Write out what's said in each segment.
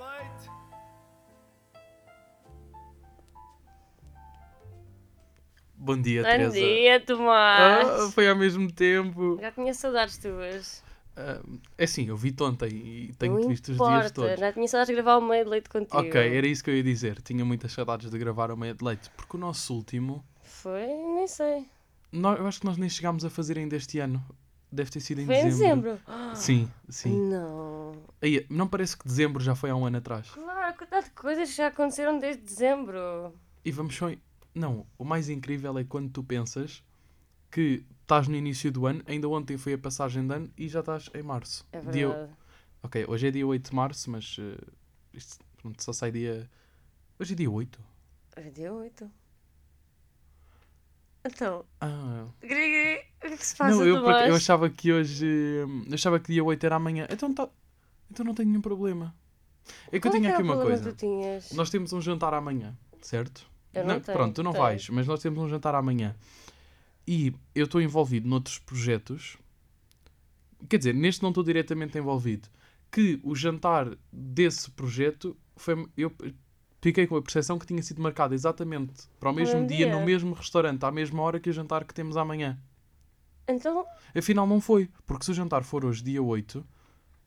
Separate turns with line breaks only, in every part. late.
Bom dia,
Bom
Teresa.
dia, Tomás.
Ah, foi ao mesmo tempo.
Já tinha saudades tuas.
Ah, é assim, eu vi-te ontem e tenho
Não
te visto os dias
importa.
todos.
Já tinha saudades de gravar o meio de leite contigo.
Ok, era isso que eu ia dizer. Tinha muitas saudades de gravar o meio de leite, porque o nosso último,
Foi? Nem sei.
nó- eu acho que nós nem chegámos a fazer ainda este ano. Deve ter sido em
Foi em
dezembro.
dezembro. Ah,
Sim, sim.
Não.
Aí, não parece que dezembro já foi há um ano atrás.
Claro, quantidade de coisas que já aconteceram desde dezembro.
E vamos só. em- Não, o mais incrível é quando tu pensas que estás no início do ano, ainda ontem foi a passagem de ano e já estás em março.
É
Dia-
verdade.
Ok, hoje é dia 8 de março, mas eh, isto pronto, só sai dia. Hoje é dia 8.
Hoje é dia 8. Então,
Ah,
Grigri, o que é que se passa,
não, eu, por-
Tomás?
eu achava que hoje. eh, Eu achava que dia 8 era amanhã. Então, tá, então não tenho nenhum problema. É que
Qual
eu tinha
era
aqui
o
uma
problema
coisa.
que Tu tinhas?
Nós temos um jantar amanhã, certo?
Eu não tenho,
pronto, tu não
tenho.
vais, mas nós temos um jantar amanhã. E eu estou envolvido noutros projetos. Quer dizer, neste não estou diretamente envolvido. Que o jantar desse projeto foi. Eu fiquei com a percepção que tinha sido marcado exatamente para o mesmo
mesmo
dia, no
dia.
mesmo restaurante, à mesma hora que o jantar que temos amanhã.
Então,
Afinal, não foi. Porque se o jantar for hoje, dia 8,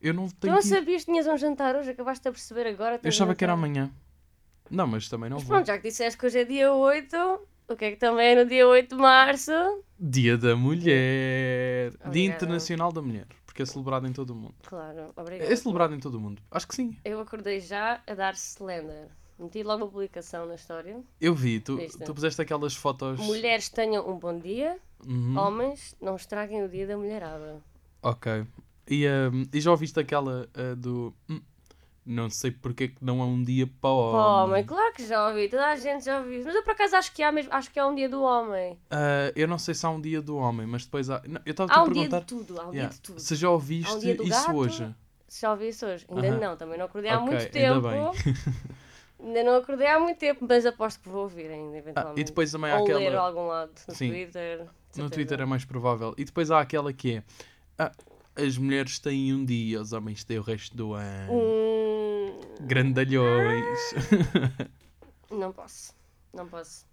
eu não
tu
tenho.
não
que ir.
sabias que tinhas um jantar hoje? Acabaste de perceber agora?
Eu
tens
achava que era
jantar.
amanhã. Não, mas também não
Mas
vou.
pronto, já que disseste que hoje é dia 8, o que é que também é no dia 8 de março?
Dia da Mulher. Dia
Obrigada.
Internacional da Mulher. Porque é celebrado em todo o mundo.
Claro, obrigado.
É celebrado em todo o mundo. Acho que sim.
Eu acordei já a dar Slender. Meti logo a publicação na história.
Eu vi. Tu,
Viste?
tu puseste aquelas fotos.
Mulheres tenham um bom dia,
Uhum.
homens não estraguem o dia da mulherada.
Ok. E, hum, e já ouviste aquela ah, do. hum, não sei porque que não há um dia para o
Pô, homem,
homem.
Oh, claro que já ouvi, toda a gente já ouviu. Mas eu por acaso acho que há mesmo, acho que há um dia do homem.
Ah, eu não sei se há um dia do homem, mas depois há. Não, eu estava a
Há um dia
perguntar.
de tudo, há um
Yeah.
dia de tudo.
Se já
Há um
ouviste
dia do
isso
gato.
hoje.
Se já ouvi isso hoje. Ainda
Aham.
não, também não acordei há
Ok,
muito
ainda
tempo.
bem.
Ainda não acordei há muito tempo, mas aposto que vou ouvir ainda
Ah,
eventualmente.
e depois também há
Ou
aquela.
ler a algum lado, no
Sim.
Twitter.
No
certeza.
Twitter é mais provável. E depois há aquela que é: "Ah, as mulheres têm um dia, os homens têm o resto do ano.
Hum,
Grandalhões.
não posso, não posso.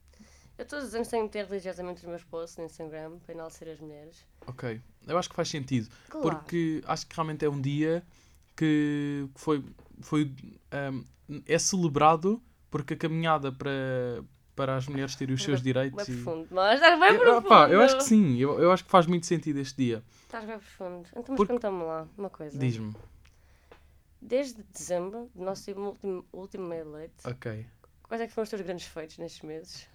Eu todos os anos tenho que ter religiosamente os meus posts no Instagram para enaltecer as mulheres.
ok, eu acho que faz sentido.
Claro.
Porque acho que realmente é um dia que foi, foi ahm, é celebrado porque a caminhada para, para as mulheres terem os seus direitos.
Bem
e-
profundo, mas estás bem
eu,
profundo.
opá, eu acho que sim, eu, eu acho que faz muito sentido este dia.
Estás bem profundo. Então, mas
Porque-
conta-me lá uma coisa.
Diz-me,
Desde dezembro, do nosso último, último meio leite,
ok.
quais é que foram os teus grandes feitos nestes meses?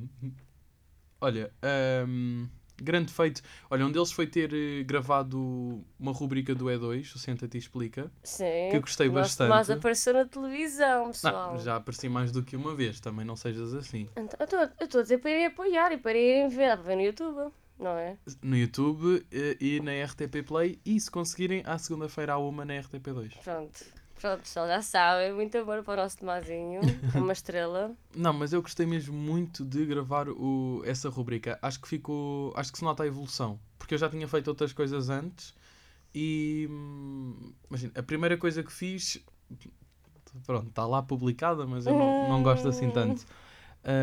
Olha, ahm, grande feito. Olha, um deles foi ter eh, gravado uma rubrica do E2, o Senta Te Explica.
Sim.
Que eu gostei
o nosso
bastante.
Tomás apareceu na televisão, pessoal.
Não, Ah, já apareci mais do que uma vez, também não sejas assim.
Então, eu estou- eu estou a dizer para irem apoiar e para irem ver. Dá para ver no YouTube, não é?
No YouTube eh, e na RTP Play, e se conseguirem, à segunda-feira há uma na RTP2.
Pronto. Pronto, pessoal, já sabem. Muito amor para o nosso Tomazinho. É uma estrela.
Não, mas eu gostei mesmo muito de gravar o, essa rubrica. Acho que ficou. Acho que se nota a evolução. Porque eu já tinha feito outras coisas antes e. hum, Imagina, a primeira coisa que fiz. Pronto, está lá publicada, mas eu não, não gosto assim tanto.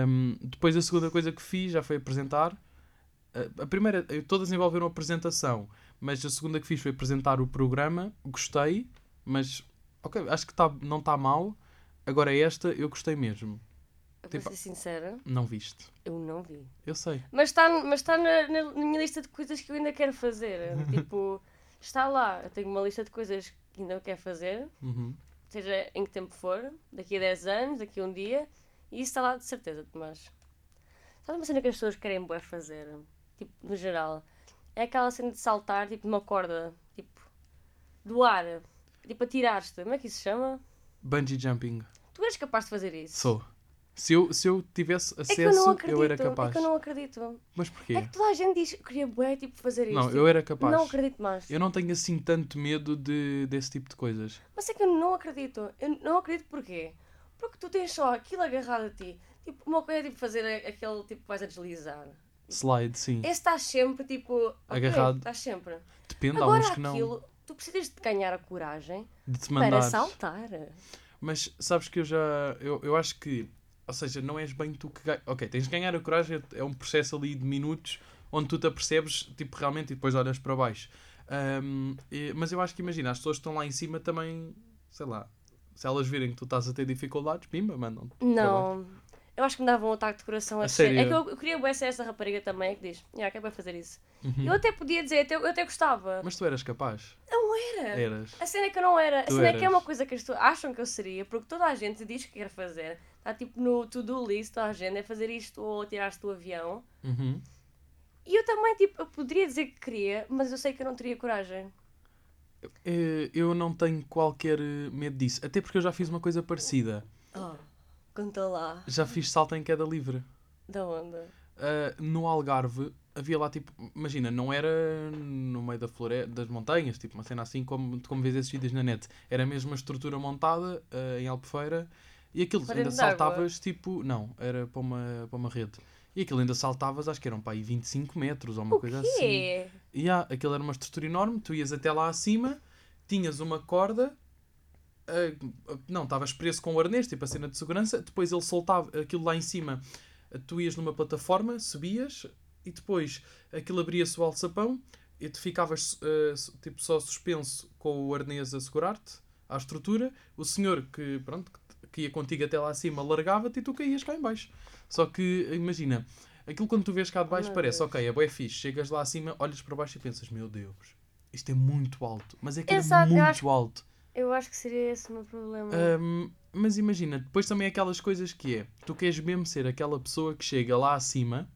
Hum, depois a segunda coisa que fiz já foi apresentar. A- A primeira, eh, todas envolveram apresentação, mas a segunda que fiz foi apresentar o programa. Gostei, mas ok, acho que tá, não está mal. Agora esta eu gostei mesmo.
Eu
Tipo-
vou ser sincera,
Não viste.
eu não vi.
Eu sei.
Mas está mas tá na, na minha lista de coisas que eu ainda quero fazer. Tipo, está lá. Eu tenho uma lista de coisas que ainda quero fazer,
Uhum.
seja em que tempo for, daqui a 10 anos, daqui a um dia. E isso está lá de certeza, Tomás. Sabe uma cena que as pessoas querem bué fazer? Tipo, no geral. É aquela cena de saltar, tipo, numa corda. Tipo, do ar. Tipo, atirar-te. Como é que isso se chama?
Bungee jumping.
Tu eres capaz de fazer isso?
Sou. Se eu, se eu tivesse
É que eu não
acesso,
acredito.
eu era capaz.
É que eu não acredito.
Mas porquê?
É que toda a gente diz que queria bué, tipo, fazer isto.
Não, eu era capaz.
Não acredito mais.
Eu não tenho assim tanto medo de, desse tipo de coisas.
Mas é que eu não acredito. Eu não acredito porquê? Porque tu tens só aquilo agarrado a ti. Tipo, uma coisa é tipo fazer a- aquele tipo que vais a deslizar.
Slide, sim.
Esse estás sempre tipo. ok,
Agarrado.
Estás sempre.
Depende, há
Agora
uns que não.
aquilo, tu precisas de ganhar a coragem
de te
para
mandar.
saltar.
Mas sabes que eu já. Eu, eu acho que. Ou seja, não és bem tu que ganha. Ok, tens de ganhar a coragem, é um processo ali de minutos onde tu te apercebes, tipo, realmente, e depois olhas para baixo. Ahm, e- mas eu acho que imagina, as pessoas que estão lá em cima também, sei lá, se elas virem que tu estás a ter dificuldades, pimba, mandam.
Não. Eu acho que me dava um ataque de coração a,
Tá A
descer. É
sério?
que eu, eu queria bué ser essa rapariga também que diz, yeah, quem vai fazer isso? Eu até podia dizer, até- eu até gostava.
Uhum. Mas tu eras capaz?
Não era.
Eras.
A cena é que eu não era. A
Tu
cena é que é
eras.
uma coisa que as pessoas acham que eu seria, porque toda a gente diz que quer fazer. Está tipo no to-do list, toda a gente é fazer isto ou tirar-se do avião.
Uhum.
E eu também, tipo, eu poderia dizer que queria, mas eu sei que eu não teria coragem.
Eh, Eu não tenho qualquer eh, medo disso. Até porque eu já fiz uma coisa parecida.
Oh, conta lá.
Já fiz salto em queda livre.
Da onda.
Uh, no Algarve havia lá tipo, imagina, não era no meio da flore das montanhas, tipo uma cena assim como, como vês esses vídeos na net. Era mesmo uma estrutura montada uh, em Albufeira e aquilo
Para
ainda
dentro d'água?
saltavas tipo, não, era para uma, para uma rede. E aquilo ainda saltavas, acho que eram para aí 25 metros ou uma
O
coisa assim.
quê?
E há, aquilo era uma estrutura enorme, tu ias até lá acima, tinhas uma corda, ah, ah, não, estavas preso com o arnês, tipo a cena de segurança, depois ele soltava aquilo lá em cima, ah, tu ias numa plataforma, subias, e depois aquilo abria-se o alçapão, e tu ficavas ah, su- tipo só suspenso com o arnês a segurar-te, à estrutura, o senhor que, pronto, que- que ia contigo até lá acima, largava-te e tu caías cá em baixo. Só que, imagina, aquilo quando tu vês cá de baixo
Meu
parece,
Deus.
ok, é bué fixe, chegas lá acima, olhas para baixo e pensas, meu Deus, isto é muito alto. Mas é que era
Exato, eu
muito
acho-
alto.
Eu acho que seria esse o meu problema.
Ahm, mas imagina, depois também aquelas coisas que é, tu queres mesmo ser aquela pessoa que chega lá acima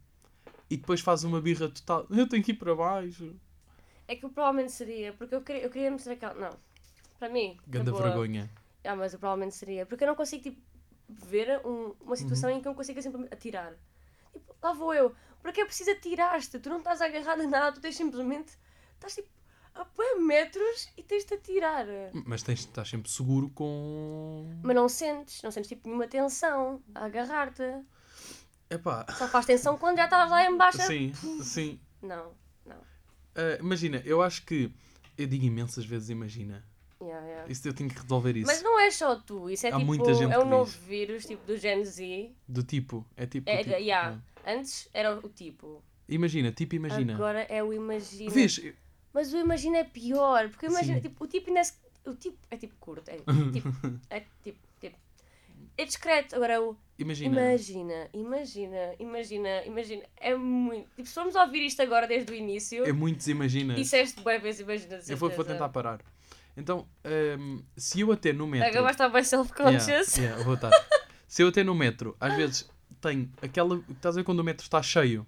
e depois faz uma birra total, eu tenho que ir para baixo.
É que eu provavelmente seria, porque eu queria, eu queria mostrar aquela. Não. Para mim. na
Ganda
boa.
vergonha.
Ah, mas eu provavelmente seria. Porque eu não consigo, tipo, ver um- uma situação
Uhum.
em que eu consiga sempre atirar. Tipo, lá vou eu. Porque é preciso atirar-te. Tu não estás agarrado a nada, tu tens simplesmente. Estás tipo a pé metros e tens de atirar.
Mas tens, estás sempre seguro com...
Mas não sentes, não sentes tipo nenhuma tensão a agarrar-te.
Epá,
Só faz tensão quando já estás lá em baixo.
sim, sim.
Não, não.
Ah, imagina, eu acho que, eu digo imensas vezes imagina,
Yeah, yeah.
isso, eu tenho que resolver isso.
Mas não é só tu, isso é
Há
tipo.
muita gente
é um
que
novo
diz.
vírus, tipo do Gen Z.
Do tipo, é tipo.
É,
do tipo,
yeah.
não.
Antes era o tipo.
Imagina, tipo, imagina.
Agora é o imagina.
Vês?
Mas o imagina é pior, porque o imagina,
Sim.
tipo, o tipo ainda se- O tipo é tipo curto, é tipo. é tipo. tipo- é discreto, agora é o
Imagina.
imagina, imagina, imagina, imagina. É muito. Tipo, se formos ouvir isto agora desde o início,
É muitos imagina.
disseste boas vezes imagina. de
Eu vou, vou
certeza.
tentar parar. Então, hum, se eu até no metro.
Agora vai estar bem
Yeah,
self-conscious.
yeah, vou estar. se eu até no metro, às vezes tenho aquela. Estás a ver quando o metro está cheio?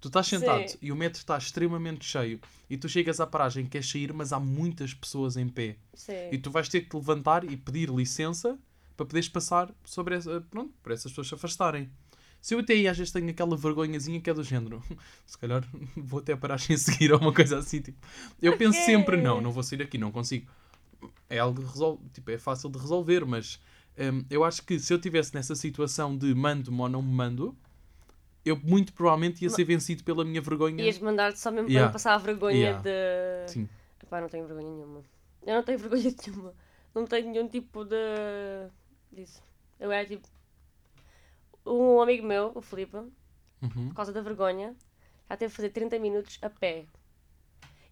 Tu estás sentado
Sim.
e o metro está extremamente cheio e tu chegas à paragem, queres sair, mas há muitas pessoas em pé. E
Sim.
tu vais ter que te levantar e pedir licença para poderes passar sobre essa, pronto, para essas pessoas se afastarem. Se eu até aí às vezes tenho aquela vergonhazinha que é do género, se calhar vou até parar sem seguir ou uma coisa assim. Tipo, eu penso
Ok.
sempre, não, não vou sair aqui, não consigo. É algo que resol- tipo, é fácil de resolver, mas hum, eu acho que se eu estivesse nessa situação de mando-me ou não me mando, eu muito provavelmente ia ser vencido pela minha vergonha.
Ias mandar-te só mesmo para
Yeah.
não passar a vergonha
Yeah.
de.
Sim.
Epá, não tenho vergonha nenhuma. Eu não tenho vergonha nenhuma. Não tenho nenhum tipo de. disso. Eu era tipo. Um amigo meu, o Filipe,
Uhum.
por causa da vergonha, já teve que fazer 30 minutos a pé.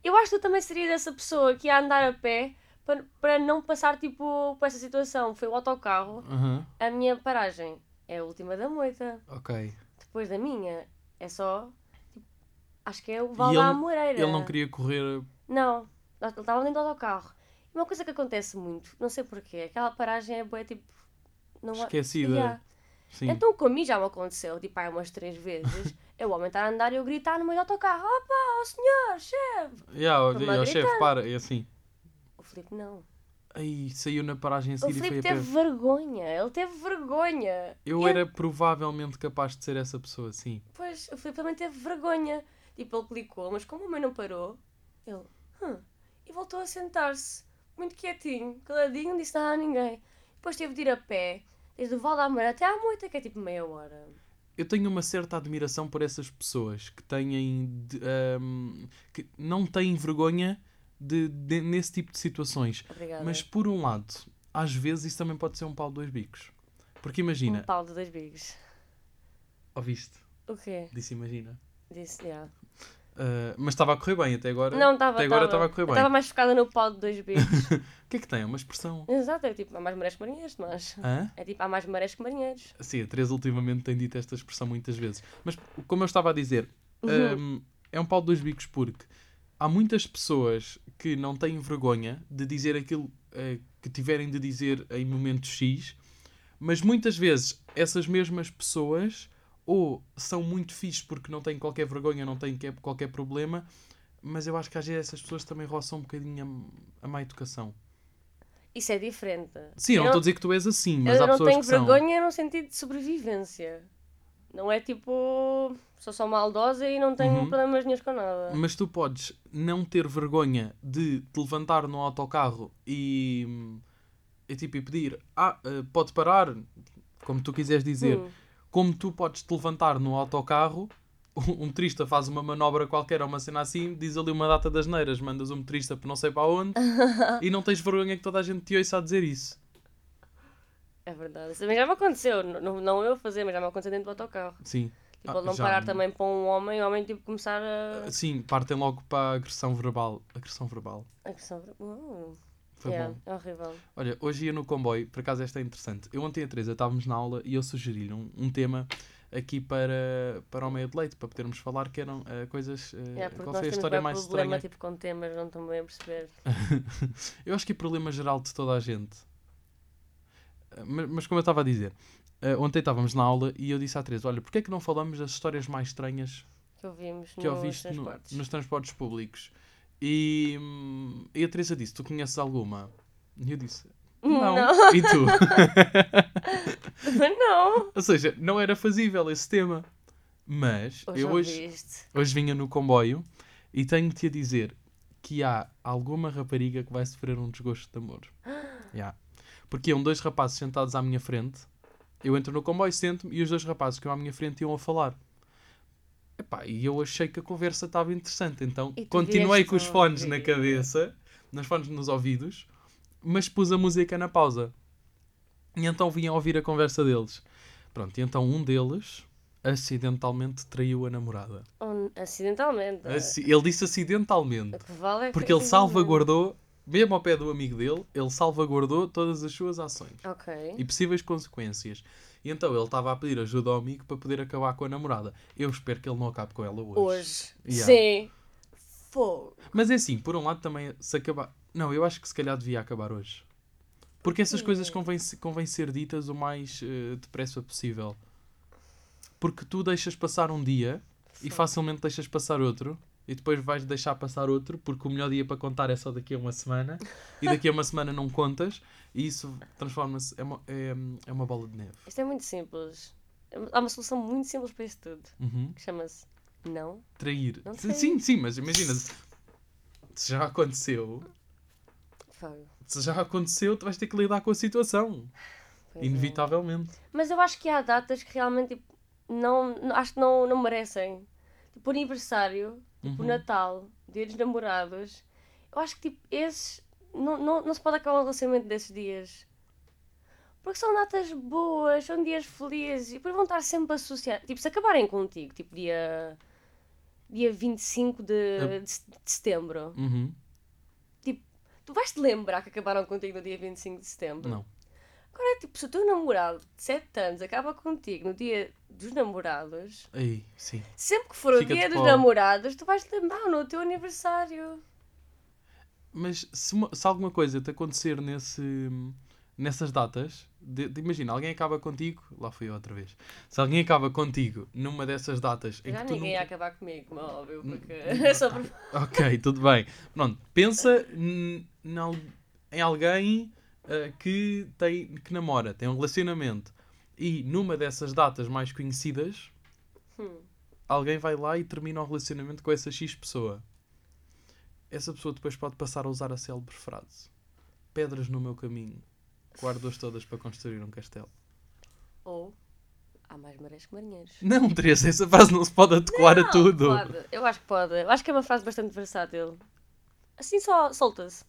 Eu acho que tu também serias essa pessoa que ia andar a pé para, para não passar tipo por essa situação. Foi o autocarro.
Uhum.
A minha paragem é a última da moita.
Ok.
Depois da minha é só. tipo, acho que é o Val
E
da
ele-
Amoreira.
Ele não queria correr.
Não, ele estava dentro do autocarro. E uma coisa que acontece muito, não sei porquê, aquela paragem é boa, tipo. Não há-
Esquecida.
Yeah.
Sim.
Então, como a mim já me aconteceu, tipo, há umas três vezes, é eu ao aumentar a andar e eu gritar no meio do autocarro: opa, o senhor, chefe!
Yeah,
Foi
olha,
uma
e o chefe, para, e assim.
O Filipe não.
Aí saiu na paragem a
O
seguir e foi
Filipe
a pé.
teve vergonha, ele teve vergonha.
Eu
E
era provavelmente capaz de ser essa pessoa, sim.
Pois, o Filipe também teve vergonha. Tipo, ele clicou, mas como a mãe não parou, ele. Hum, e voltou a sentar-se, muito quietinho, caladinho, não disse nada a ninguém. Depois teve de ir a pé, desde o Val da Moura até à moita, que é tipo meia hora.
Eu tenho uma certa admiração ehm, por essas pessoas que têm. de- ahm, que não têm vergonha de- de- nesse tipo de situações.
Obrigada.
Mas por um lado, às vezes isso também pode ser um pau de dois bicos. Porque imagina,
Um pau de dois bigos.
ouviste?
O quê?
Disse imagina.
Disse, yeah.
Ah, mas estava a correr bem até agora.
Não, estava.
até agora estava a correr bem.
Estava mais focada no pau de dois bicos.
O que é que tem? É uma expressão.
Exato, é tipo, há mais marés que marinheiros, mas.
Hã?
É tipo, há mais marés que marinheiros.
Sim, a Teresa ultimamente tem dito esta expressão muitas vezes. Mas como eu estava a dizer,
Uhum.
hum, é um pau de dois bicos porque há muitas pessoas que não têm vergonha de dizer aquilo eh, que tiverem de dizer em momento X, mas muitas vezes essas mesmas pessoas ou são muito fixe porque não têm qualquer vergonha, não têm que- qualquer problema, mas eu acho que às vezes essas pessoas também roçam um bocadinho a, a má educação.
Isso é diferente.
Sim, eu
Eu
não estou a dizer que tu és assim, mas
eu
há
não
pessoas
tenho
que são.
vergonha no sentido de sobrevivência. Não é tipo. Sou só maldosa e não tenho
Uhum.
problemas nenhums com nada.
Mas tu podes não ter vergonha de te levantar no autocarro e, e, tipo, e pedir, ah, eh, pode parar, como tu quiseres dizer.
Hum.
Como tu podes te levantar no autocarro, um motorista faz uma manobra qualquer ou uma cena assim, diz ali uma data das neiras, mandas um motorista para não sei para onde e não tens vergonha que toda a gente te ouça a dizer isso.
É verdade. Isso também já me aconteceu. N- Não, não eu fazer, mas já me aconteceu dentro do autocarro.
Sim.
Tipo,
Ah,
ele não
já-
parar também para um homem, o homem tipo começar a.
Sim, partem logo para a agressão verbal. Agressão verbal.
a questão. Uh,
Foi
yeah,
bom. Eh,
é horrível.
Olha, hoje ia no comboio, por acaso esta é interessante. Eu ontem e a Teresa estávamos na aula e eu sugeri-lhe um, um tema aqui para, para o meio de leite, para podermos falar, que eram eh, coisas. eh,
É, porque
qual
nós
foi a
temos
história
bué
mais
problema
estranha?
tipo, com temas, não estão bem a perceber.
Eu acho que é problema geral de toda a gente. Eh, Mas, mas como eu estava a dizer, eh, ontem estávamos na aula e eu disse à Teresa: Olha, porquê é que não falamos das histórias mais estranhas
Que ouvimos
que
nos
ouviste no-
transportes.
nos transportes públicos? E, hum, e a Teresa disse: Tu conheces alguma? E eu disse: Não. E tu?
Mas não.
Ou seja, não era fazível esse tema. Mas
Hoje
eu hoje,
ouviste.
hoje vinha no comboio e tenho-te a dizer que há alguma rapariga que vai sofrer um desgosto de amor. Já. Porque iam dois rapazes sentados à minha frente. Eu entro no comboio, sento-me e os dois rapazes que iam à minha frente iam a falar. Epá, e eu achei que a conversa estava interessante. Então
E tu
continuei
vieste
com os
a
fones na
ouvir.
cabeça, nos fones nos ouvidos, mas pus a música na pausa. E então vinha a ouvir a conversa deles. Pronto, e então um deles acidentalmente traiu a namorada.
Ou Acidentalmente.
Aci- Ele disse acidentalmente.
O que vale é que
Porque ele
acidentalmente.
salvaguardou, mesmo ao pé do amigo dele, ele salvaguardou todas as suas ações
Ok.
e possíveis consequências. E então ele estava a pedir ajuda ao amigo para poder acabar com a namorada. Eu espero que ele não acabe com ela hoje.
Hoje.
Yeah.
Sim. Fogo.
Mas é assim, por um lado também se acabar. Não, eu acho que se calhar devia acabar hoje. Porque essas coisas
é.
convém, se- convém ser ditas o mais eh, depressa possível. Porque tu deixas passar um dia e facilmente deixas passar outro. E depois vais deixar passar outro, porque o melhor dia para contar é só daqui a uma semana. E daqui a uma semana não contas. E isso transforma-se. É uma, é, é uma bola de neve.
Isto é muito simples. Há uma solução muito simples para isso tudo.
Uhum.
Que chama-se não.
Trair.
Não sei.
Sim, sim, mas imagina. se- Se já aconteceu,
Fogo.
se já aconteceu, tu vais ter que lidar com a situação.
Pois é.
Inevitavelmente.
Mas eu acho que há datas que realmente tipo, não, não- acho que não, não merecem. Tipo, o aniversário, tipo, o
Uhum.
Natal, Dia dos Namorados. Eu acho que tipo, esses. Não, não, não se pode acabar um relacionamento desses dias. Porque são datas boas, são dias felizes e depois vão estar sempre associados. Tipo, se acabarem contigo, tipo, dia. dia 25 de, de, se- de setembro.
Uhum.
Tu vais-te lembrar que acabaram contigo no dia 25 de setembro?
Não.
Agora, tipo, se o teu namorado de 7 anos acaba contigo no dia dos namorados,
Aí, sim.
sempre que for o
Fica de
dia dos
pau.
namorados, tu vais te lembrar "Ah, no teu aniversário.
Mas se, uma- se alguma coisa te acontecer nesse, nessas datas, de- de- imagina, alguém acaba contigo, lá fui eu outra vez. Se alguém acaba contigo numa dessas datas em
Já
que tu
ninguém ia
nunca... Hum.
acabar comigo, como é óbvio, porque é só por...
Ok, tudo bem. Pronto, pensa n- nal- em alguém ah, que, tem, que namora, tem um relacionamento. E numa dessas datas mais conhecidas,
Hum.
alguém vai lá e termina o relacionamento com essa X pessoa. Essa pessoa depois pode passar a usar a célebre frase: Pedras no meu caminho, guardo-as todas para construir um castelo.
Ou há mais marés que marinheiros.
Não, Teresa, essa frase não se pode adequar a tudo.
Pode, eu acho que pode. Eu acho que é uma frase bastante versátil. Assim só solta-se.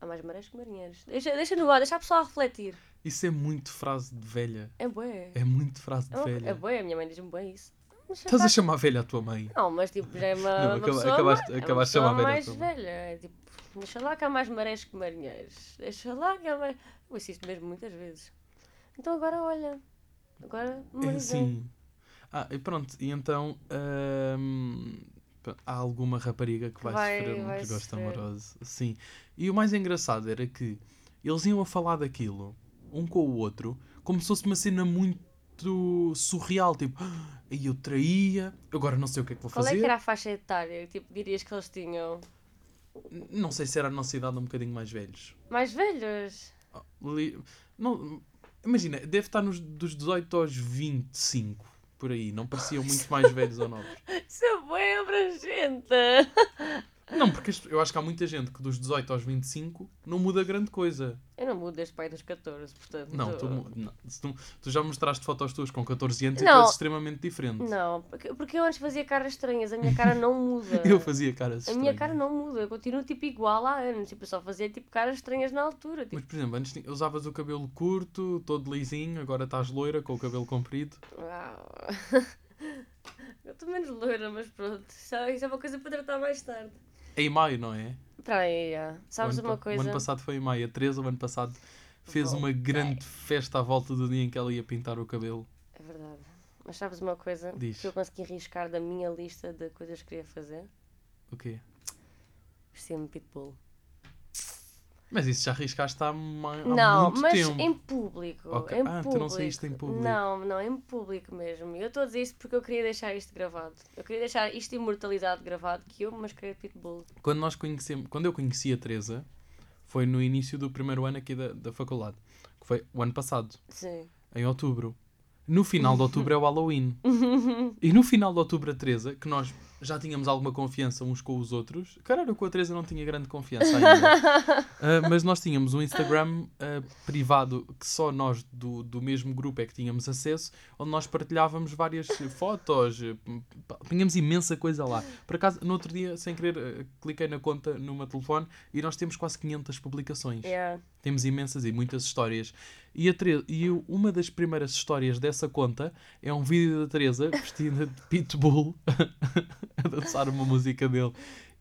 Há mais marés que marinheiros. Deixa, deixa no ar, deixa a pessoa a refletir.
Isso é muito frase de velha.
É bué.
É muito frase de
É, uma-
velha.
é bué, a minha mãe diz-me bué isso. Mas já
Estás a
tá-
chamar velha à tua mãe?
Não, mas tipo, já é uma,
Não,
uma
acaba-
pessoa
acabaste-
ma- é uma
acabaste de
pessoa
chamar velha
mais
tua mãe.
velha. É tipo, deixa lá que há mais marés que marinheiros. Deixa lá que há mais... Eu insisto mesmo muitas vezes. Então agora olha. Agora
É
memorizei.
assim. Ah, e pronto, e então hum, pronto, há alguma rapariga que vai,
Vai-
sofrer um
vai
desgosto
sofrer.
amoroso. Sim. E o mais engraçado era que eles iam a falar daquilo, um com o outro, como se fosse uma cena muito surreal, tipo, "Ah, e eu traía, agora não sei o que é que vou
Qual é
fazer.
que era a faixa etária? Tipo, dirias que eles tinham
N- Não sei se era a nossa idade ou um bocadinho mais velhos.
mais velhos?
Ah, li- Não, imagina, deve estar nos, dos 18 aos 25, por aí, não pareciam muito mais velhos ou novos.
Isso é bué abrangente.
Não, porque as- eu acho que há muita gente que dos 18 aos 25 não muda grande coisa.
Eu não mudo desde pai dos 14, portanto...
Não, tu, mu- não. Se tu- tu já mostraste fotos tuas com 14 anos e
Não.
tu és extremamente diferente.
Não, porque, porque eu antes fazia caras estranhas, a minha cara não muda.
Eu fazia caras
A
estranhas.
minha cara não muda, eu continuo tipo igual há anos. Tipo, eu só fazia tipo caras estranhas na altura. Tipo,
Mas, por exemplo, antes ti- usavas o cabelo curto, todo lisinho, agora estás loira com o cabelo comprido.
uau. Eu estou menos loira, mas pronto. Isso é isso é uma coisa para tratar mais tarde.
É em maio, não é?
Espera aí, já.
O ano
sabes
pa-
uma coisa?
O ano passado foi em maio. A Teresa, o ano passado, fez uma grande festa à volta do dia em que ela ia pintar o cabelo.
É verdade. Mas sabes uma coisa
Diz.
que eu consegui riscar da minha lista de coisas que queria fazer?
O quê?
Vestir-me pitbull.
Mas isso já arriscaste há, ma- há
Não,
muito
mas
tempo.
em público.
Ok.
Em
Ah,
público.
tu não saíste em público.
Não, não, em público mesmo. Eu estou a dizer isto porque eu queria deixar isto gravado. Eu queria deixar isto imortalizado gravado, que eu mascarei de pitbull.
quando nós conhecemos, quando eu conheci a Teresa, foi no início do primeiro ano aqui da, da faculdade, que foi o ano passado,
Sim.
em outubro. No final de outubro é o Halloween. E no final de outubro a Teresa, que nós já tínhamos alguma confiança uns com os outros, caralho, eu com a Teresa não tinha grande confiança ainda. Ah, mas nós tínhamos um Instagram ah, privado que só nós do, do mesmo grupo é que tínhamos acesso, onde nós partilhávamos várias fotos, eh, pá, tínhamos imensa coisa lá. Por acaso, no outro dia, sem querer, eh, cliquei na conta numa telefone e nós temos quase 500 publicações.
Yeah.
Temos imensas e muitas histórias. E, a Tere- e eu- uma das primeiras histórias dessa conta é um vídeo da Teresa vestida de pitbull a dançar uma música dele.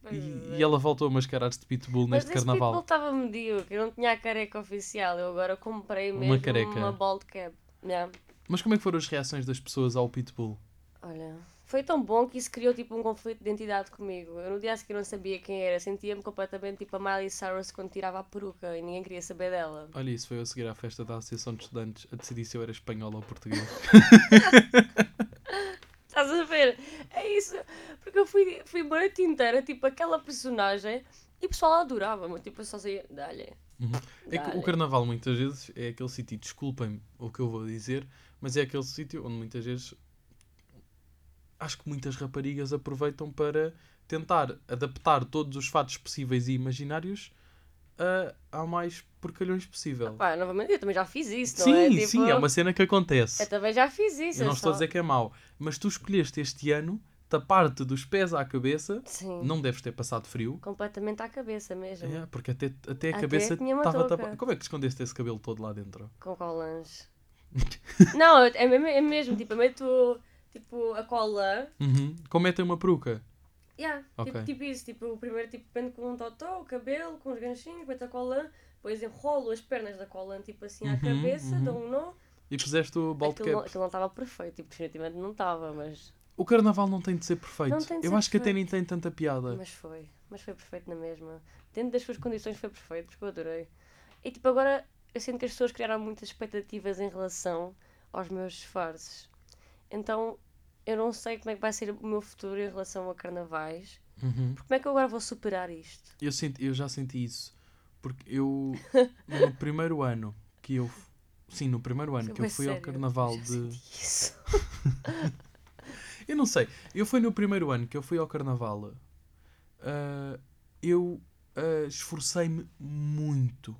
E, e ela voltou a mascarar-se de pitbull
Mas
neste
esse pitbull
carnaval.
estava medíocre, eu não tinha a careca oficial. Eu agora comprei
Uma
mesmo uma,
careca.
bald cap. Yeah.
Mas como é que foram as reações das pessoas ao pitbull?
Olha, foi tão bom que isso criou tipo um conflito de identidade comigo. Eu no dia a seguir não sabia quem era, sentia-me completamente tipo a Miley Cyrus quando tirava a peruca e ninguém queria saber dela.
Olha, isso foi eu a seguir à festa da Associação de Estudantes a decidir se eu era espanhol ou português.
Estás a ver? É isso. Porque eu fui, fui uma noite inteira, tipo, aquela personagem e o pessoal adorava-me. Tipo, eu só sei, dá-lhe.
É que o
Dá-lhe.
carnaval muitas vezes é aquele sítio, desculpem o que eu vou dizer, mas é aquele sítio onde muitas vezes acho que muitas raparigas aproveitam para tentar adaptar todos os fatos possíveis e imaginários a, ao mais porcalhões possível.
Pá, novamente, eu também já fiz isso, não
sim,
é? Tipo,
sim, é uma cena que acontece.
Eu também já fiz isso.
eu não
eu
estou
só-
a dizer que é mau, mas tu escolheste este ano tapar-te dos pés à cabeça,
Sim,
não deves ter passado frio.
completamente à cabeça mesmo.
É, porque até, até a
Até
cabeça
tinha uma
estava
touca.
tapada. Como é que escondeste esse cabelo todo lá dentro?
Com colãs. não, é mesmo, é mesmo tipo, eu meto tipo, a cola.
Uhum. Como é ter uma peruca?
Yeah,
Ok.
tipo, tipo isso, tipo, o primeiro tipo prendo com um totó, o cabelo, com os ganchinhos, meto a colã, depois enrolo as pernas da colã tipo assim à
Uhum,
cabeça,
uhum.
dou um nó.
E puseste o bald
Aquilo não,
cap.
aquilo não estava perfeito, tipo, definitivamente não estava, mas,
O carnaval não tem de ser perfeito.
Não tem de
Eu
ser
acho que até nem tem tanta piada.
mas foi. Mas foi perfeito na mesma. Dentro das suas condições foi perfeito, porque eu adorei. E tipo, agora eu sinto que as pessoas criaram muitas expectativas em relação aos meus disfarces. Então eu não sei como é que vai ser o meu futuro em relação a carnavais.
Uhum.
Como é que eu agora vou superar isto?
Eu, senti, eu já senti isso. Porque eu, no primeiro ano que eu. Sim, no primeiro ano que eu
Ué,
fui ao
é sério,
carnaval
eu já
de.
senti Isso.
Eu não sei. Eu fui no primeiro ano que eu fui ao carnaval. ah, eu ah, esforcei-me muito.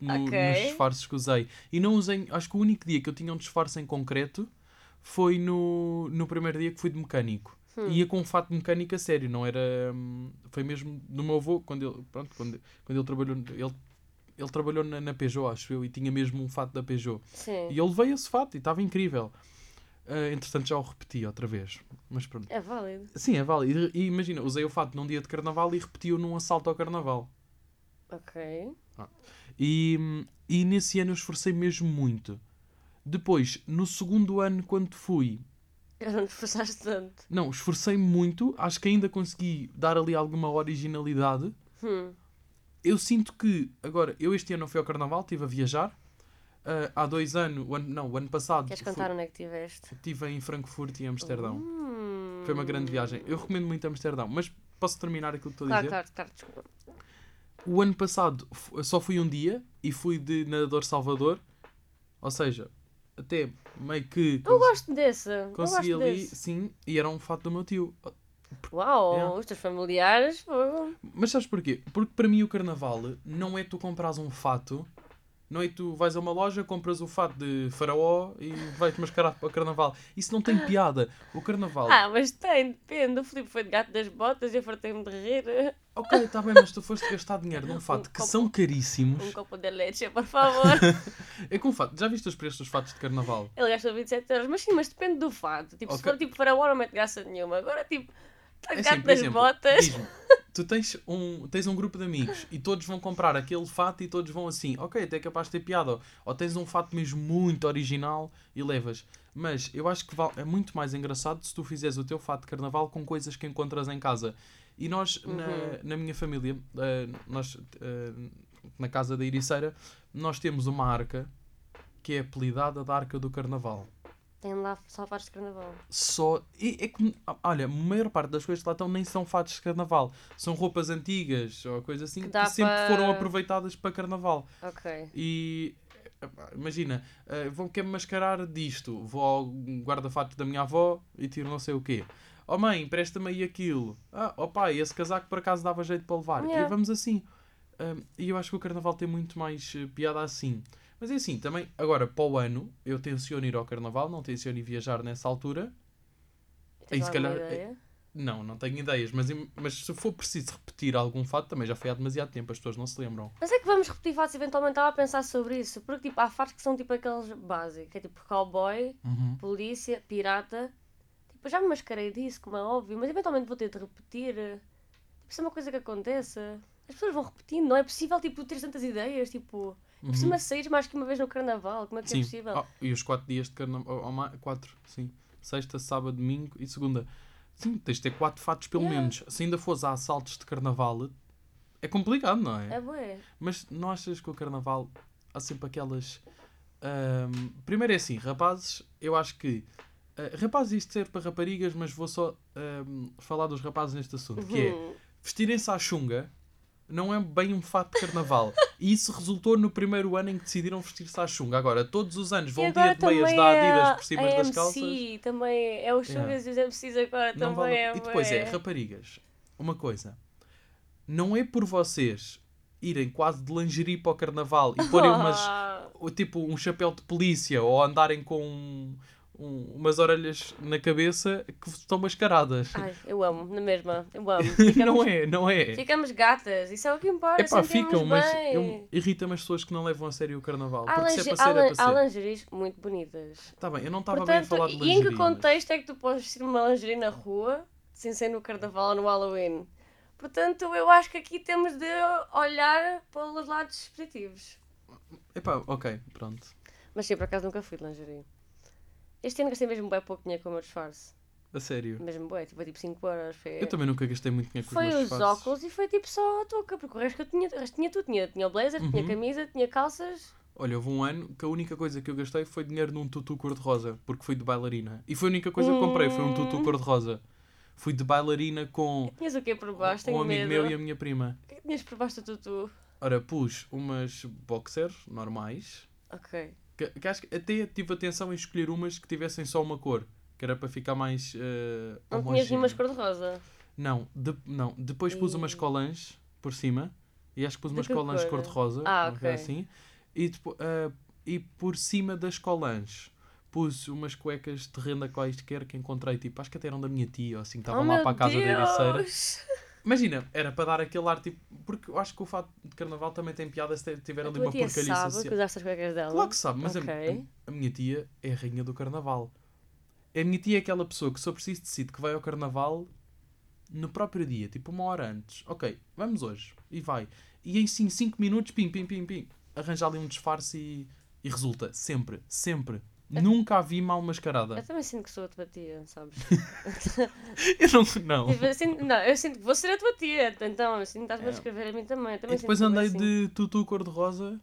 no-
Ok.
Nos disfarces que usei. E não usei. Acho que o único dia que eu tinha um disfarce em concreto foi no, no primeiro dia que fui de mecânico. ia com um fato de mecânica sério, não era. hum, Foi mesmo do meu avô, quando ele, pronto, quando, quando ele trabalhou. Ele, ele trabalhou na, na Peugeot, acho eu, e tinha mesmo um fato da Peugeot.
Sim.
E eu levei esse fato e estava incrível. Ah, entretanto, já o repeti outra vez. Mas pronto.
É válido.
Sim, é válido. E, e imagina, usei o fato num dia de carnaval e repeti-o num assalto ao carnaval.
Ok.
E, e nesse ano eu esforcei mesmo muito. Depois, no segundo ano, quando fui,
Já não te esforçaste tanto.
não, esforcei-me muito, acho que ainda consegui dar ali alguma originalidade.
Hum.
Eu sinto que, agora, eu este ano não fui ao carnaval, estive a viajar. Ah, há dois anos, o ano, não, o ano passado,
Queres
fui-
contar onde é que estiveste?
estive em Frankfurt e em Amsterdão.
Hum.
Foi uma grande viagem. Eu recomendo muito Amsterdão, mas posso terminar aquilo que estou a
Claro,
dizer?
claro, claro, desculpa.
O ano passado f- só fui um dia e fui de nadador Salvador, ou seja, até meio que
Eu
cons-
gosto desse. Eu
consegui
gosto
ali,
desse.
sim, e era um fato do meu tio.
Uau,
Yeah.
os teus familiares. fogo.
Mas sabes porquê? Porque para mim o carnaval não é tu compras um fato, não é tu vais a uma loja, compras o fato de faraó e vais-te mascarar para o carnaval. Isso não tem piada. O carnaval.
Ah, mas tem, depende. O Filipe foi de gato das botas e eu fartei-me de rir.
Ok, está bem, mas tu foste gastar dinheiro num fato que
copo-
são caríssimos.
Um copo de leite, por favor.
É com fato. Já viste os preços dos fatos de carnaval?
Ele gastou 27 euros, mas sim, mas depende do fato. Tipo, se
Ok.
for tipo para não mete graça nenhuma. Agora, tipo, está
É
de gato
assim, por
das
exemplo,
botas.
diz-me, tu tens um, tens um grupo de amigos e todos vão comprar aquele fato e todos vão assim, ok, até é capaz de ter piada. Ou tens um fato mesmo muito original e levas. Mas eu acho que val- é muito mais engraçado se tu fizeres o teu fato de carnaval com coisas que encontras em casa. E nós, na,
Uhum.
na minha família, eh, nós, eh, na casa da Iriceira, nós temos uma arca que é apelidada da Arca do Carnaval.
Tem lá só fatos de carnaval.
Só. E é que, olha, a maior parte das coisas que lá estão nem são fatos de carnaval. São roupas antigas ou coisa assim
Que
que,
dá
sempre
pa-
foram aproveitadas para carnaval.
Ok.
E. epá, Imagina, eh, vou querer mascarar disto. Vou ao guarda-fatos da minha avó e tiro não sei o quê. Oh mãe, presta-me aí aquilo. Ah, oh pai, esse casaco por acaso dava jeito para levar.
Yeah.
E vamos assim. Ahm, e eu acho que o carnaval tem muito mais eh, piada assim. Mas é assim, também, agora para o ano, eu tenciono ir ao carnaval, não tenciono ir viajar nessa altura.
Tens
se
alguma
calhar- é-
ideia?
Não, não tenho ideias, mas, im- mas se for preciso repetir algum fato, também já foi há demasiado tempo, as pessoas não se lembram.
Mas é que vamos repetir fatos eventualmente. Estava a pensar sobre isso. Porque, tipo, há fatos que são tipo aqueles básicos. Que é tipo cowboy, polícia, pirata. Tipo, eu já me mascarei disso, como é óbvio. Mas eventualmente vou ter de repetir. Tipo, isso é uma coisa que acontece. As pessoas vão repetindo. Não é possível, tipo, ter tantas ideias. Tipo, por cima seis mais que uma vez no carnaval. Como é que
Uhum. Sim.
é possível?
Ah, e os quatro dias de carnaval. ou- ou ma- Quatro, sim. Sexta, sábado, domingo e segunda. Sim, tens de ter quatro fatos pelo
Yeah.
menos. Se ainda fores a assaltos de carnaval, é complicado, não é?
É bué.
Mas não achas que o carnaval há sempre aquelas. ahm, Primeiro é assim, rapazes, eu acho que. ah, rapazes, isto serve para raparigas, mas vou só ahm, falar dos rapazes neste assunto, que é.
Uhum.
vestirem-se à chunga não é bem um fato de carnaval. e isso resultou no primeiro ano em que decidiram vestir-se à chunga. Agora, todos os anos vão
E
um
agora
dia de meias
também
da
é
Adidas
a-
por cima
a
das
MC,
calças.
também é os chungas e os MCs agora
Não
também
vale...
é
E depois é,
bué.
raparigas, uma coisa. Não é por vocês irem quase de lingerie para o carnaval e porem umas,
Ah,
ou tipo um chapéu de polícia ou andarem com um- um- umas orelhas na cabeça que estão mascaradas.
Ai, eu amo, na mesma, eu amo.
não
Ficamos,
é, não é.
ficamos gatas, isso é o que importa,
É pá,
sentimos
ficam, mas
bem.
eu- irrita-me as pessoas que não levam a sério o carnaval.
Há,
Porque se é
linge-
para
há,
ser, é
lan- há
para ser.
lingeries muito bonitas.
Tá bem, eu não estava bem a
Portanto,
falar de
e em
lingerie.
que
mas-
contexto é que tu podes vestir uma lingerie na rua, sem ser no carnaval ou no Halloween? Portanto, eu acho que aqui temos de olhar pelos lados positivos.
Epá, ok, pronto.
Mas sim, por acaso nunca fui de lingerie. Este ano gastei mesmo bem pouco dinheiro com o meu disfarce.
A sério.
Mesmo bem, tipo, foi tipo 5 euros. Foi,
Eu também nunca gastei muito dinheiro com
foi
os meus
os
disfarces.
óculos e foi tipo só a touca, porque o resto que eu tinha, o resto tinha tudo. Tinha, tinha o blazer, tinha
Uhum.
camisa, tinha calças.
Olha, houve um ano que a única coisa que eu gastei foi dinheiro num tutu cor-de-rosa, porque fui de bailarina. E foi a única coisa que comprei, foi um tutu
Hum.
cor-de-rosa. Fui de bailarina com
Tinhas o quê por baixo?
um
Tenho
amigo
medo.
meu e a minha prima.
O que é que tinhas por baixo do tutu?
Ora, pus umas boxers normais,
Ok.
Que, que acho que até tive atenção em escolher umas que tivessem só uma cor, que era para ficar mais. eh,
Não
homogéneo.
tinhas nenhumas cor-de-rosa.
Não, de- não, depois pus umas
Ih.
colãs por cima, e acho que pus
De
umas
que
colãs
cor?
cor-de-rosa, assim,
Ah,
uma coisa
ok.
assim, e, depo- ah, e por cima das colãs pus umas cuecas de renda quaisquer que encontrei, tipo, acho que até eram da minha tia, ou assim, que
oh,
estavam lá
meu
para a casa da ericeira.
Deus!
Imagina, era para dar aquele ar, tipo, porque eu acho que o fato de carnaval também tem piada se te- tiver
A
ali
tua
uma
tia
porcaria
sabe que
social.
usaste as cuecas dela?
Claro que sabe, mas a-
Ok.
a, a minha tia é a rainha do carnaval. A minha tia é aquela pessoa que só preciso decide que vai ao carnaval no próprio dia, tipo uma hora antes. Ok, vamos hoje. E vai. E em 5 minutos, pim, pim, pim, pim, arranja ali um disfarce e, e resulta. Sempre, sempre. Nunca a vi mal mascarada.
Eu também sinto que sou a tua tia, sabes?
Eu não. não.
Tipo, eu sinto- não, eu sinto que vou ser a tua tia, então eu sinto que estás-me a
É.
escrever a mim também. Eu também
E depois
sinto que sou
andei
assim.
de tutu cor-de-rosa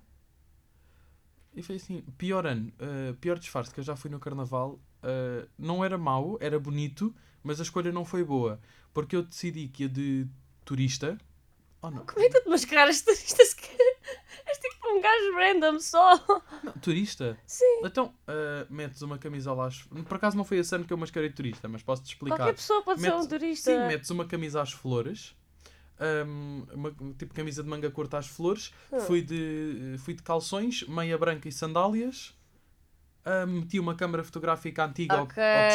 e foi assim, pior ano, ah, pior disfarce que eu já fui no carnaval. ah, não era mau, era bonito, mas a escolha não foi boa. Porque eu decidi que ia de turista. Oh não,
Como é que tu te mascaras de turista sequer? És tipo um gajo random só.
não, turista?
Sim.
Então, ah, metes uma camisola às... Por acaso não foi esse ano que eu mascarei de turista, mas posso-te explicar.
Qualquer pessoa pode ser
Mete-
um turista.
Sim, metes uma camisa às flores, hum, uma, tipo camisa de manga curta às flores,
Ah.
fui, de, fui de calções, meia branca e sandálias, hum, meti uma câmara fotográfica antiga ao-
Ok.
ao,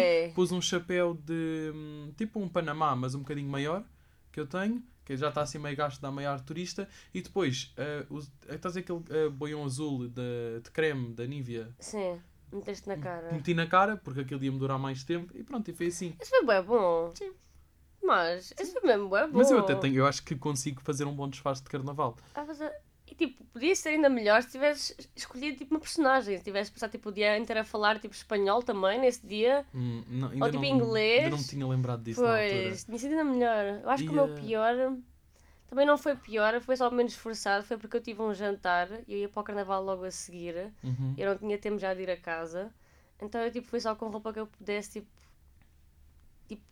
pescoço, pus um chapéu de hum, tipo um Panamá, mas um bocadinho maior, que eu tenho, que já está assim meio gasto da maior turista, e depois ah, os- estás aquele ah, boião azul de, de creme da Nivea.
Sim, meteste
Hum.
na cara.
Meti na cara, porque aquilo ia-me durar mais tempo, e pronto, e foi assim.
Isso foi bem bom.
Sim.
Mas, isso foi mesmo bem bom.
Mas eu até tenho, eu acho que consigo fazer um bom disfarce de carnaval.
Ah, mas, ah, E tipo, podia ser ainda melhor se tivesses escolhido tipo uma personagem. Se tivesses passado tipo o dia inteiro a falar tipo espanhol também nesse dia.
Hum, não, ainda
Ou tipo
não,
inglês.
Ainda não me tinha lembrado disso na altura.
pois, tinha sido ainda melhor. Eu acho que o meu
E, ah,
pior também não foi pior, foi só menos forçado. Foi porque eu tive um jantar e eu ia para o carnaval logo a seguir.
Uhum.
Eu não tinha tempo já de ir a casa. Então eu tipo fui só com roupa que eu pudesse tipo. Tipo.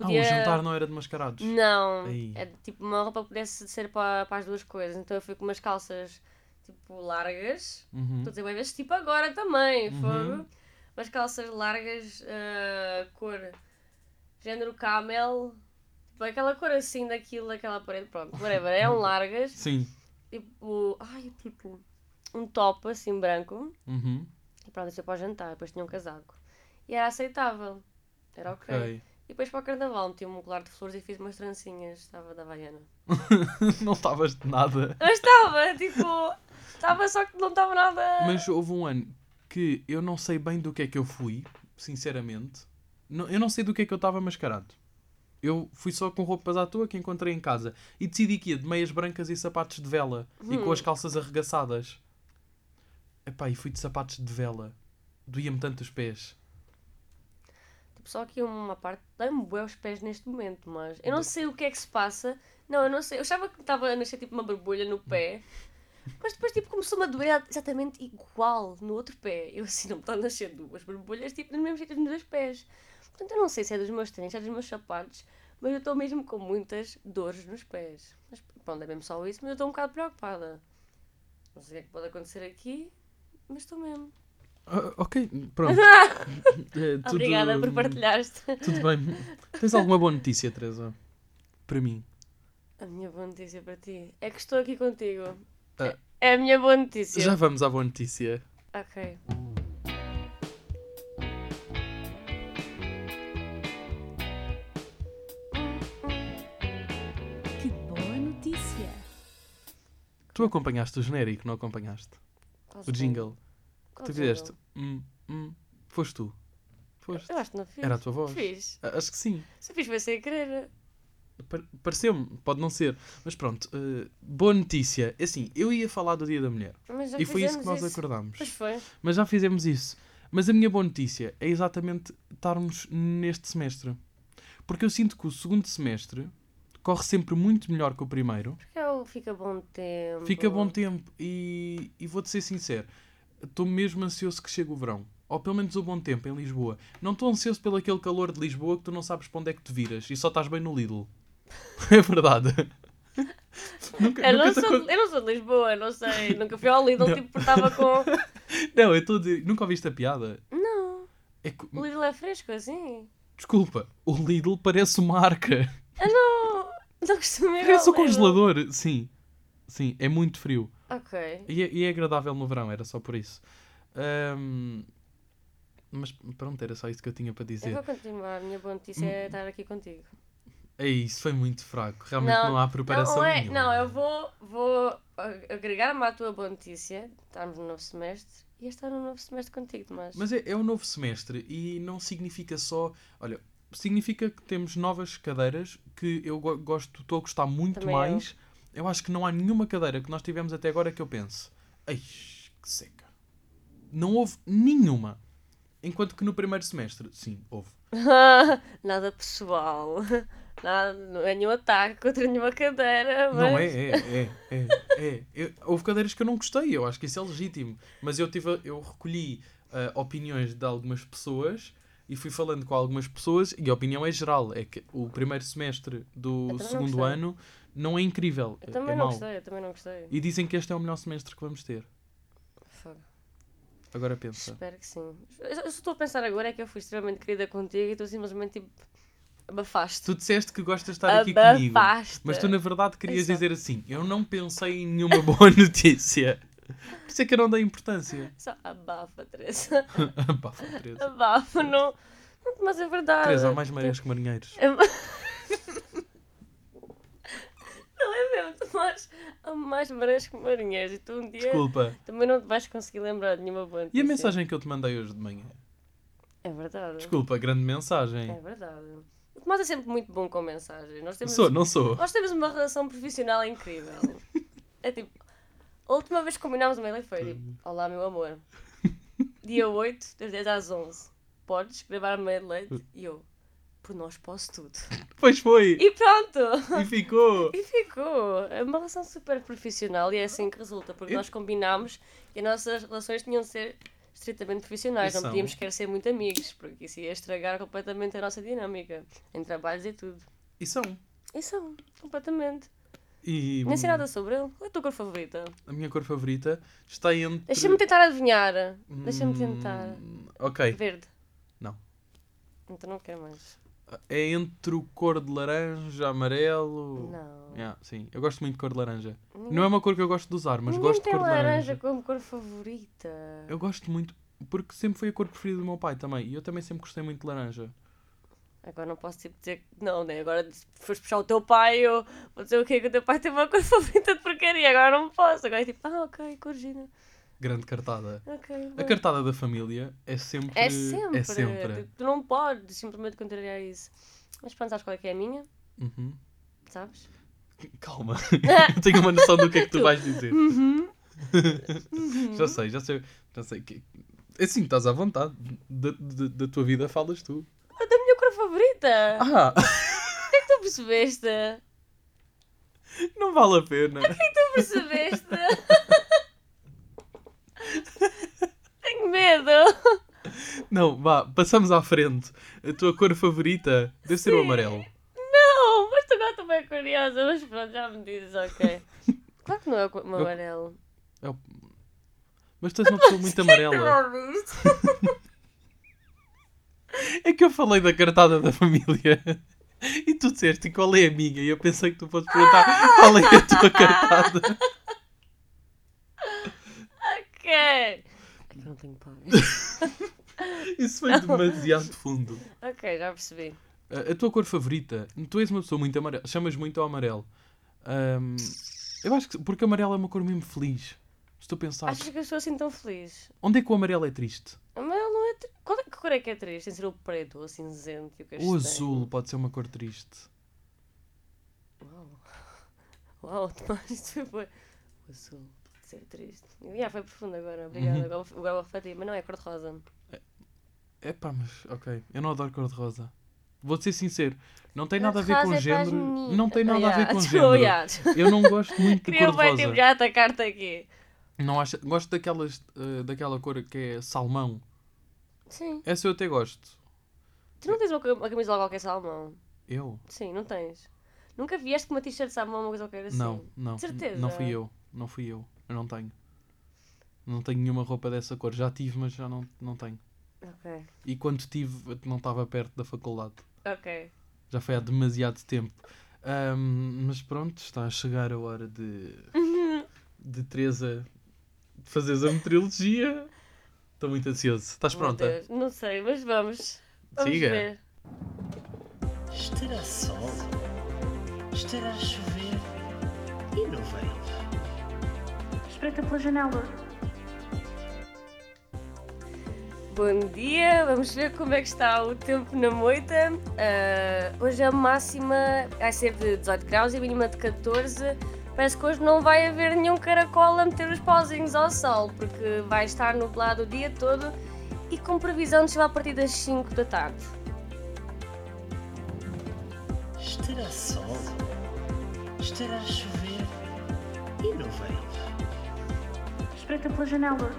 Ah, o
podia- Hum.
jantar não era de mascarados.
Não,
Aí.
é tipo uma roupa que pudesse ser para, para as duas coisas. Então eu fui com umas calças tipo largas.
Uhum.
Estou a dizer bem vezes, tipo agora também,
Uhum.
fogo. Umas calças largas, ah, cor, género camel. Tipo, aquela cor assim daquilo, daquela parede, pronto, whatever. É
Uhum.
um largas,
Sim.
tipo, ai, tipo, um top assim branco.
Uhum.
E pronto, isto é para o jantar, depois tinha um casaco. E era aceitável, era ok.
Ok.
E depois para o carnaval meti um colar de flores e fiz umas trancinhas, estava da Havaiana.
não estavas de nada.
Mas estava, tipo, estava só que não estava nada.
Mas houve um ano que eu não sei bem do que é que eu fui, sinceramente. Não- eu não sei do que é que eu estava mascarado. Eu fui só com roupas à toa que encontrei em casa. E decidi que ia de meias brancas e sapatos de vela. E
Hum.
com as calças arregaçadas. Epá, e fui de sapatos de vela. Doía-me tanto os pés.
Tipo, só aqui uma parte, dá-me bué os pés neste momento, mas eu não sei o que é que se passa. Não, eu não sei. Eu achava que estava a nascer tipo uma borbulha no pé, mas depois tipo começou-me a doer exatamente igual no outro pé. Eu assim, não me está a nascer duas borbulhas, tipo, no mesmo jeito nos dois pés. Portanto, eu não sei se é dos meus tênis, se é dos meus sapatos, mas eu estou mesmo com muitas dores nos pés. Mas pronto, é mesmo só isso, mas eu estou um bocado preocupada. Não sei o que é que pode acontecer aqui, mas estou mesmo.
Ah, ok, pronto. É, tudo-
Obrigada por partilhares
Tudo bem. Tens alguma boa notícia, Teresa? Para mim.
A minha boa notícia para ti é que estou aqui contigo.
Ah.
É a minha boa notícia.
Já vamos à boa notícia.
Ok.
Que boa notícia!
Tu acompanhaste o genérico, não acompanhaste?
Quase
O jingle.
Qual
Tu
jingle?
fizeste. Hum, hum. Foste tu. Foste.
Eu acho que não fiz.
Era a tua voz.
Fiz.
A- Acho que sim.
Se fiz foi sem querer.
Par- Pareceu-me, pode não ser. Mas pronto, eh, boa notícia. Assim, eu ia falar do Dia da Mulher.
Mas já
E foi isso que
fizemos
nós acordámos.
Pois foi.
Mas já fizemos isso. Mas a minha boa notícia é exatamente estarmos neste semestre. Porque eu sinto que o segundo semestre corre sempre muito melhor que o primeiro.
Porque eu fica bom tempo.
Fica bom tempo e, e vou-te ser sincero. Estou mesmo ansioso que chegue o verão. Ou pelo menos o bom tempo em Lisboa. Não estou ansioso pelo aquele calor de Lisboa que tu não sabes para onde é que te viras e só estás bem no Lidl. É verdade. nunca,
É, Eu não,
nunca te
sou,
acon-
eu não sou de Lisboa, não sei. Nunca fui ao Lidl,
Não.
tipo, porque estava com.
Não, eu estou a dizer, nunca ouviste a piada.
Não.
É que-
O Lidl é fresco assim.
Desculpa, o Lidl parece uma arca.
Ah, não. Não costumo ir.
Parece
ao
um
Lidl.
congelador. Sim, sim, é muito frio.
Ok.
E é, e é agradável no verão, era só por isso. Ahm, Mas pronto, era só isso que eu tinha para
Eu
dizer. hum.
vou continuar. A minha boa notícia é estar aqui contigo.
É isso, foi muito fraco. Realmente
Não,
não, há preparação
não, é,
nenhuma.
não, eu vou, vou a- agregar-me à tua boa notícia. Estamos no novo semestre e este ano é um novo semestre contigo, Tomás.
Mas é, é um novo semestre e não significa só. Olha, significa que temos novas cadeiras que eu go- gosto, estou a gostar muito
Também eu.
mais. Eu. acho que não há nenhuma cadeira que nós tivemos até agora que eu pense. Ei, que seca. Não houve nenhuma. Enquanto que no primeiro semestre, sim, houve.
Nada pessoal. Nada, não é nenhum ataque contra nenhuma cadeira. Mas...
Não é, é, é, é, é. Eu- houve cadeiras que eu não gostei, eu acho que isso é legítimo. Mas eu, tive, eu recolhi ah, opiniões de algumas pessoas e fui falando com algumas pessoas e a opinião é geral. É que o primeiro semestre
Eu
do
também não
segundo
gostei.
ano não é incrível.
Eu
é-
também
é
não
mau.
gostei, eu também não gostei.
E dizem que este é o melhor semestre que vamos ter.
Fogo.
Agora pensa.
Espero que sim. Eu só eu só estou a pensar agora é que eu fui extremamente querida contigo e tu simplesmente tipo, abafaste.
Tu disseste que gostas de estar aqui comigo.
Abafaste.
Mas tu na verdade querias
Exato.
dizer assim: eu não pensei em nenhuma boa notícia. Por isso é que eu não dei importância.
Só abafa, Teresa.
Pá, foi Teresa.
Abafa, não. não, Mas é verdade.
Teresa, há mais marinhas que marinheiros.
Am- Não é mesmo, Tomás? Há mais marés que marinheiros e tu um dia
Desculpa.
também não te vais conseguir lembrar de nenhuma boa
E
notícia.
a mensagem que eu te mandei hoje de manhã?
É verdade.
Desculpa, grande mensagem.
É verdade. O Tomás é sempre muito bom com mensagens. Nós temos,
Sou, não sou.
nós temos uma relação profissional incrível. é tipo, a última vez que combinámos uma e foi tipo, Olá, meu amor. Dia 8, das 10 às 11. Podes gravar uma
Uh.
leite? E eu, por nós posso tudo.
Pois foi.
E pronto!
E ficou.
E ficou. É uma relação super profissional e é assim que resulta, porque
Eu-
nós combinámos que as nossas relações tinham de ser estritamente profissionais,
E
não
são.
podíamos querer ser muito amigos, porque isso ia estragar completamente a nossa dinâmica em trabalhos e tudo.
E são.
E são, completamente.
E
Nem sei nada sobre ele. Qual é a tua cor favorita?
a minha cor favorita está entre.
Deixa-me tentar adivinhar. Deixa-me tentar.
Hum, Ok.
Verde.
Não.
Então não quero mais.
É entre o cor de laranja, amarelo.
Não.
Yeah, sim, eu gosto muito de cor de laranja.
Ninguém,
Não é uma cor que eu gosto de usar, mas
ninguém
gosto de
tem
cor de
laranja
laranja.
como cor favorita.
Eu gosto muito, porque sempre foi a cor preferida do meu pai também. E eu também sempre gostei muito de laranja.
Agora não posso tipo, dizer que não, né? Agora se fores puxar o teu pai, eu vou dizer o quê? Que o teu pai tem uma cor favorita de porcaria. Agora não posso. Agora é tipo, ah, ok, corgina.
Grande cartada.
Ok.
A
bem.
cartada da família é sempre.
É sempre.
É sempre.
tipo, Tu, tu não podes simplesmente contrariar isso. Mas pronto, sabes qual é que é a minha?
Uhum.
Sabes?
Calma, eu tenho uma noção do que é que tu vais dizer.
Uhum.
Já sei, já sei. Já sei que... Assim, estás à vontade. Da, da, da tua vida falas tu.
A da minha cor favorita. é
Ah,
Tu percebeste?
não vale a pena.
Tu percebeste? Tenho medo.
Não, vá, passamos à frente. A tua cor favorita deve ser o
Sim.
amarelo.
Não, mas tu agora estou bem curiosa. Mas pronto, já me dizes, ok. Claro que não é o meu
Eu-
amarelo.
Mas tu és uma pessoa muito amarela. É que eu falei da cartada da família. E tu disseste qual é a minha? E eu pensei que tu fosse perguntar qual é a tua cartada.
Ok. É que eu não tenho paz.
Isso foi demasiado fundo.
ok, já percebi.
A a tua cor favorita? Tu és uma pessoa muito amarela. Chamas muito ao amarelo. Ahm, eu acho que. Porque amarelo é uma cor mesmo feliz. Se tu pensares.
Achas que eu sou assim tão feliz?
Onde é que o amarelo é triste?
Amarelo não é triste. Qual é, que cor é que é triste? Tem de ser o preto ou o cinzento e o castanho?
O azul pode ser uma cor triste.
Uau. Uau, Tomás, isso foi. O azul pode ser triste. Já foi profundo agora, obrigada.
Uhum.
Agora, vou- agora vou refletir, mas não é cor-de-rosa.
É pá, mas. Ok. Eu não adoro cor-de-rosa. Vou ser sincero. Não tem nada a ver com
Cor-de-rosa é para as
género.
meninas.
Não tem nada a ver com
Desculpa,
género.
já.
Eu não gosto muito de
Queria bem tipo,
cor-de-rosa.
já atacar-te aqui.
Não acho... Gosto daquelas, eh, daquela cor que é salmão.
Sim.
Essa eu até gosto.
Tu não tens uma, uma camisola qualquer salmão?
Eu?
Sim, não tens. Nunca vieste com uma t-shirt de salmão, uma coisa qualquer assim?
Não, não.
De certeza. é?
Não fui eu. Não fui eu. Eu não tenho. Não tenho nenhuma roupa dessa cor. Já tive, mas já não, não tenho.
Ok,
E quando tive, eu não estava perto da faculdade.
ok.
Já foi há demasiado tempo. Ahm, mas pronto, está a chegar a hora
Uhum.
de. de Teresa fazeres a meteorologia. Estou muito ansioso. Estás
Meu
pronta?
Deus, Não sei, mas vamos. Vamos
Siga.
ver.
Estará sol, estará a chover e não veio.
Espreita pela janela.
Bom dia, vamos ver como é que está o tempo na moita. Ah, hoje a máxima vai ser de 18 graus e a mínima de 14. Parece que hoje não vai haver nenhum caracol a meter os pauzinhos ao sol, porque vai estar nublado o dia todo e com previsão de chuva a partir das 5 da tarde.
Estará sol, estará a chover e não veio.
Espreita pela janela.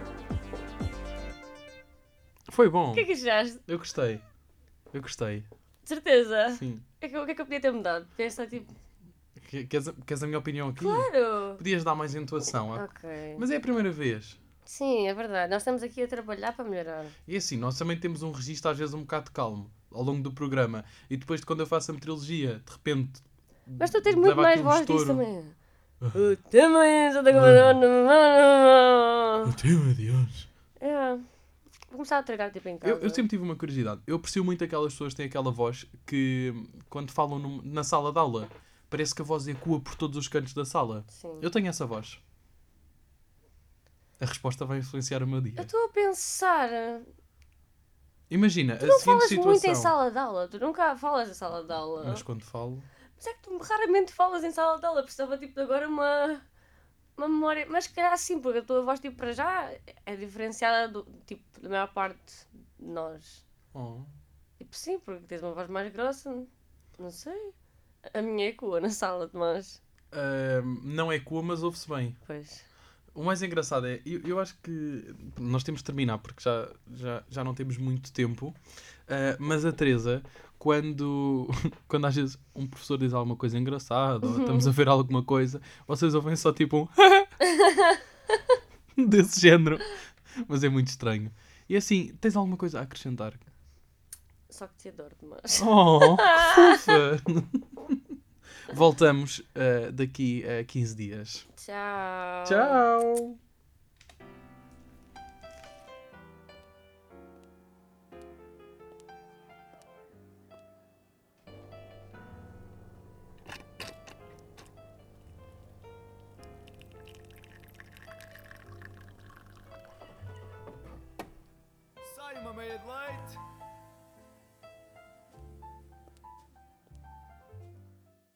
Foi bom.
O que é que achaste?
Eu gostei. Eu gostei.
De certeza?
Sim.
É que- O que é que eu podia ter mudado? Pensa tipo,
Que- Queres a, queres a minha opinião aqui?
claro!
Podias dar mais entoação. ah?
Ok.
Mas é a primeira vez.
Sim, é verdade. Nós estamos aqui a trabalhar para melhorar.
E assim, nós também temos um registro às vezes um bocado calmo ao longo do programa. E depois de quando eu faço a metrilogia, de repente.
Mas tu tens
leva
muito
aqui
mais
um
voz disso
estouro.
também. O tema é Santa Catarina.
O tema de hoje.
É. Vou começar a treinar tipo em casa.
Eu, eu sempre tive uma curiosidade. Eu aprecio muito aquelas pessoas que têm aquela voz que, quando falam num- na sala de aula, parece que a voz ecoa por todos os cantos da sala.
Sim.
Eu tenho essa voz. A resposta vai influenciar o meu
Eu
dia.
estou a pensar.
Imagina, a
Não
seguinte
falas muito em
situação.
sala de aula. Tu nunca falas em sala de aula.
Mas
Mas,
quando falo.
é que tu raramente falas em sala de aula. Precisava tipo de agora uma. Uma memória. Mas se calhar sim, porque a tua voz tipo para já é diferenciada do tipo da maior parte de nós.
Oh,
Tipo sim, porque tens uma voz mais grossa. Não sei. A minha é ecoa na sala de nós.
ahm, não ecoa, mas ouve-se bem.
Pois.
O mais engraçado é, eu, eu acho que nós temos de terminar porque já, já, já não temos muito tempo, Ah, mas a Teresa, quando, quando às vezes um professor diz alguma coisa engraçada ou estamos a ver alguma coisa, vocês ouvem só tipo um desse género, mas é muito estranho. E assim, tens alguma coisa a acrescentar?
Só que te adoro demais.
Oh, que fofa! Voltamos ah, daqui a 15 dias.
Tchau.
Tchau!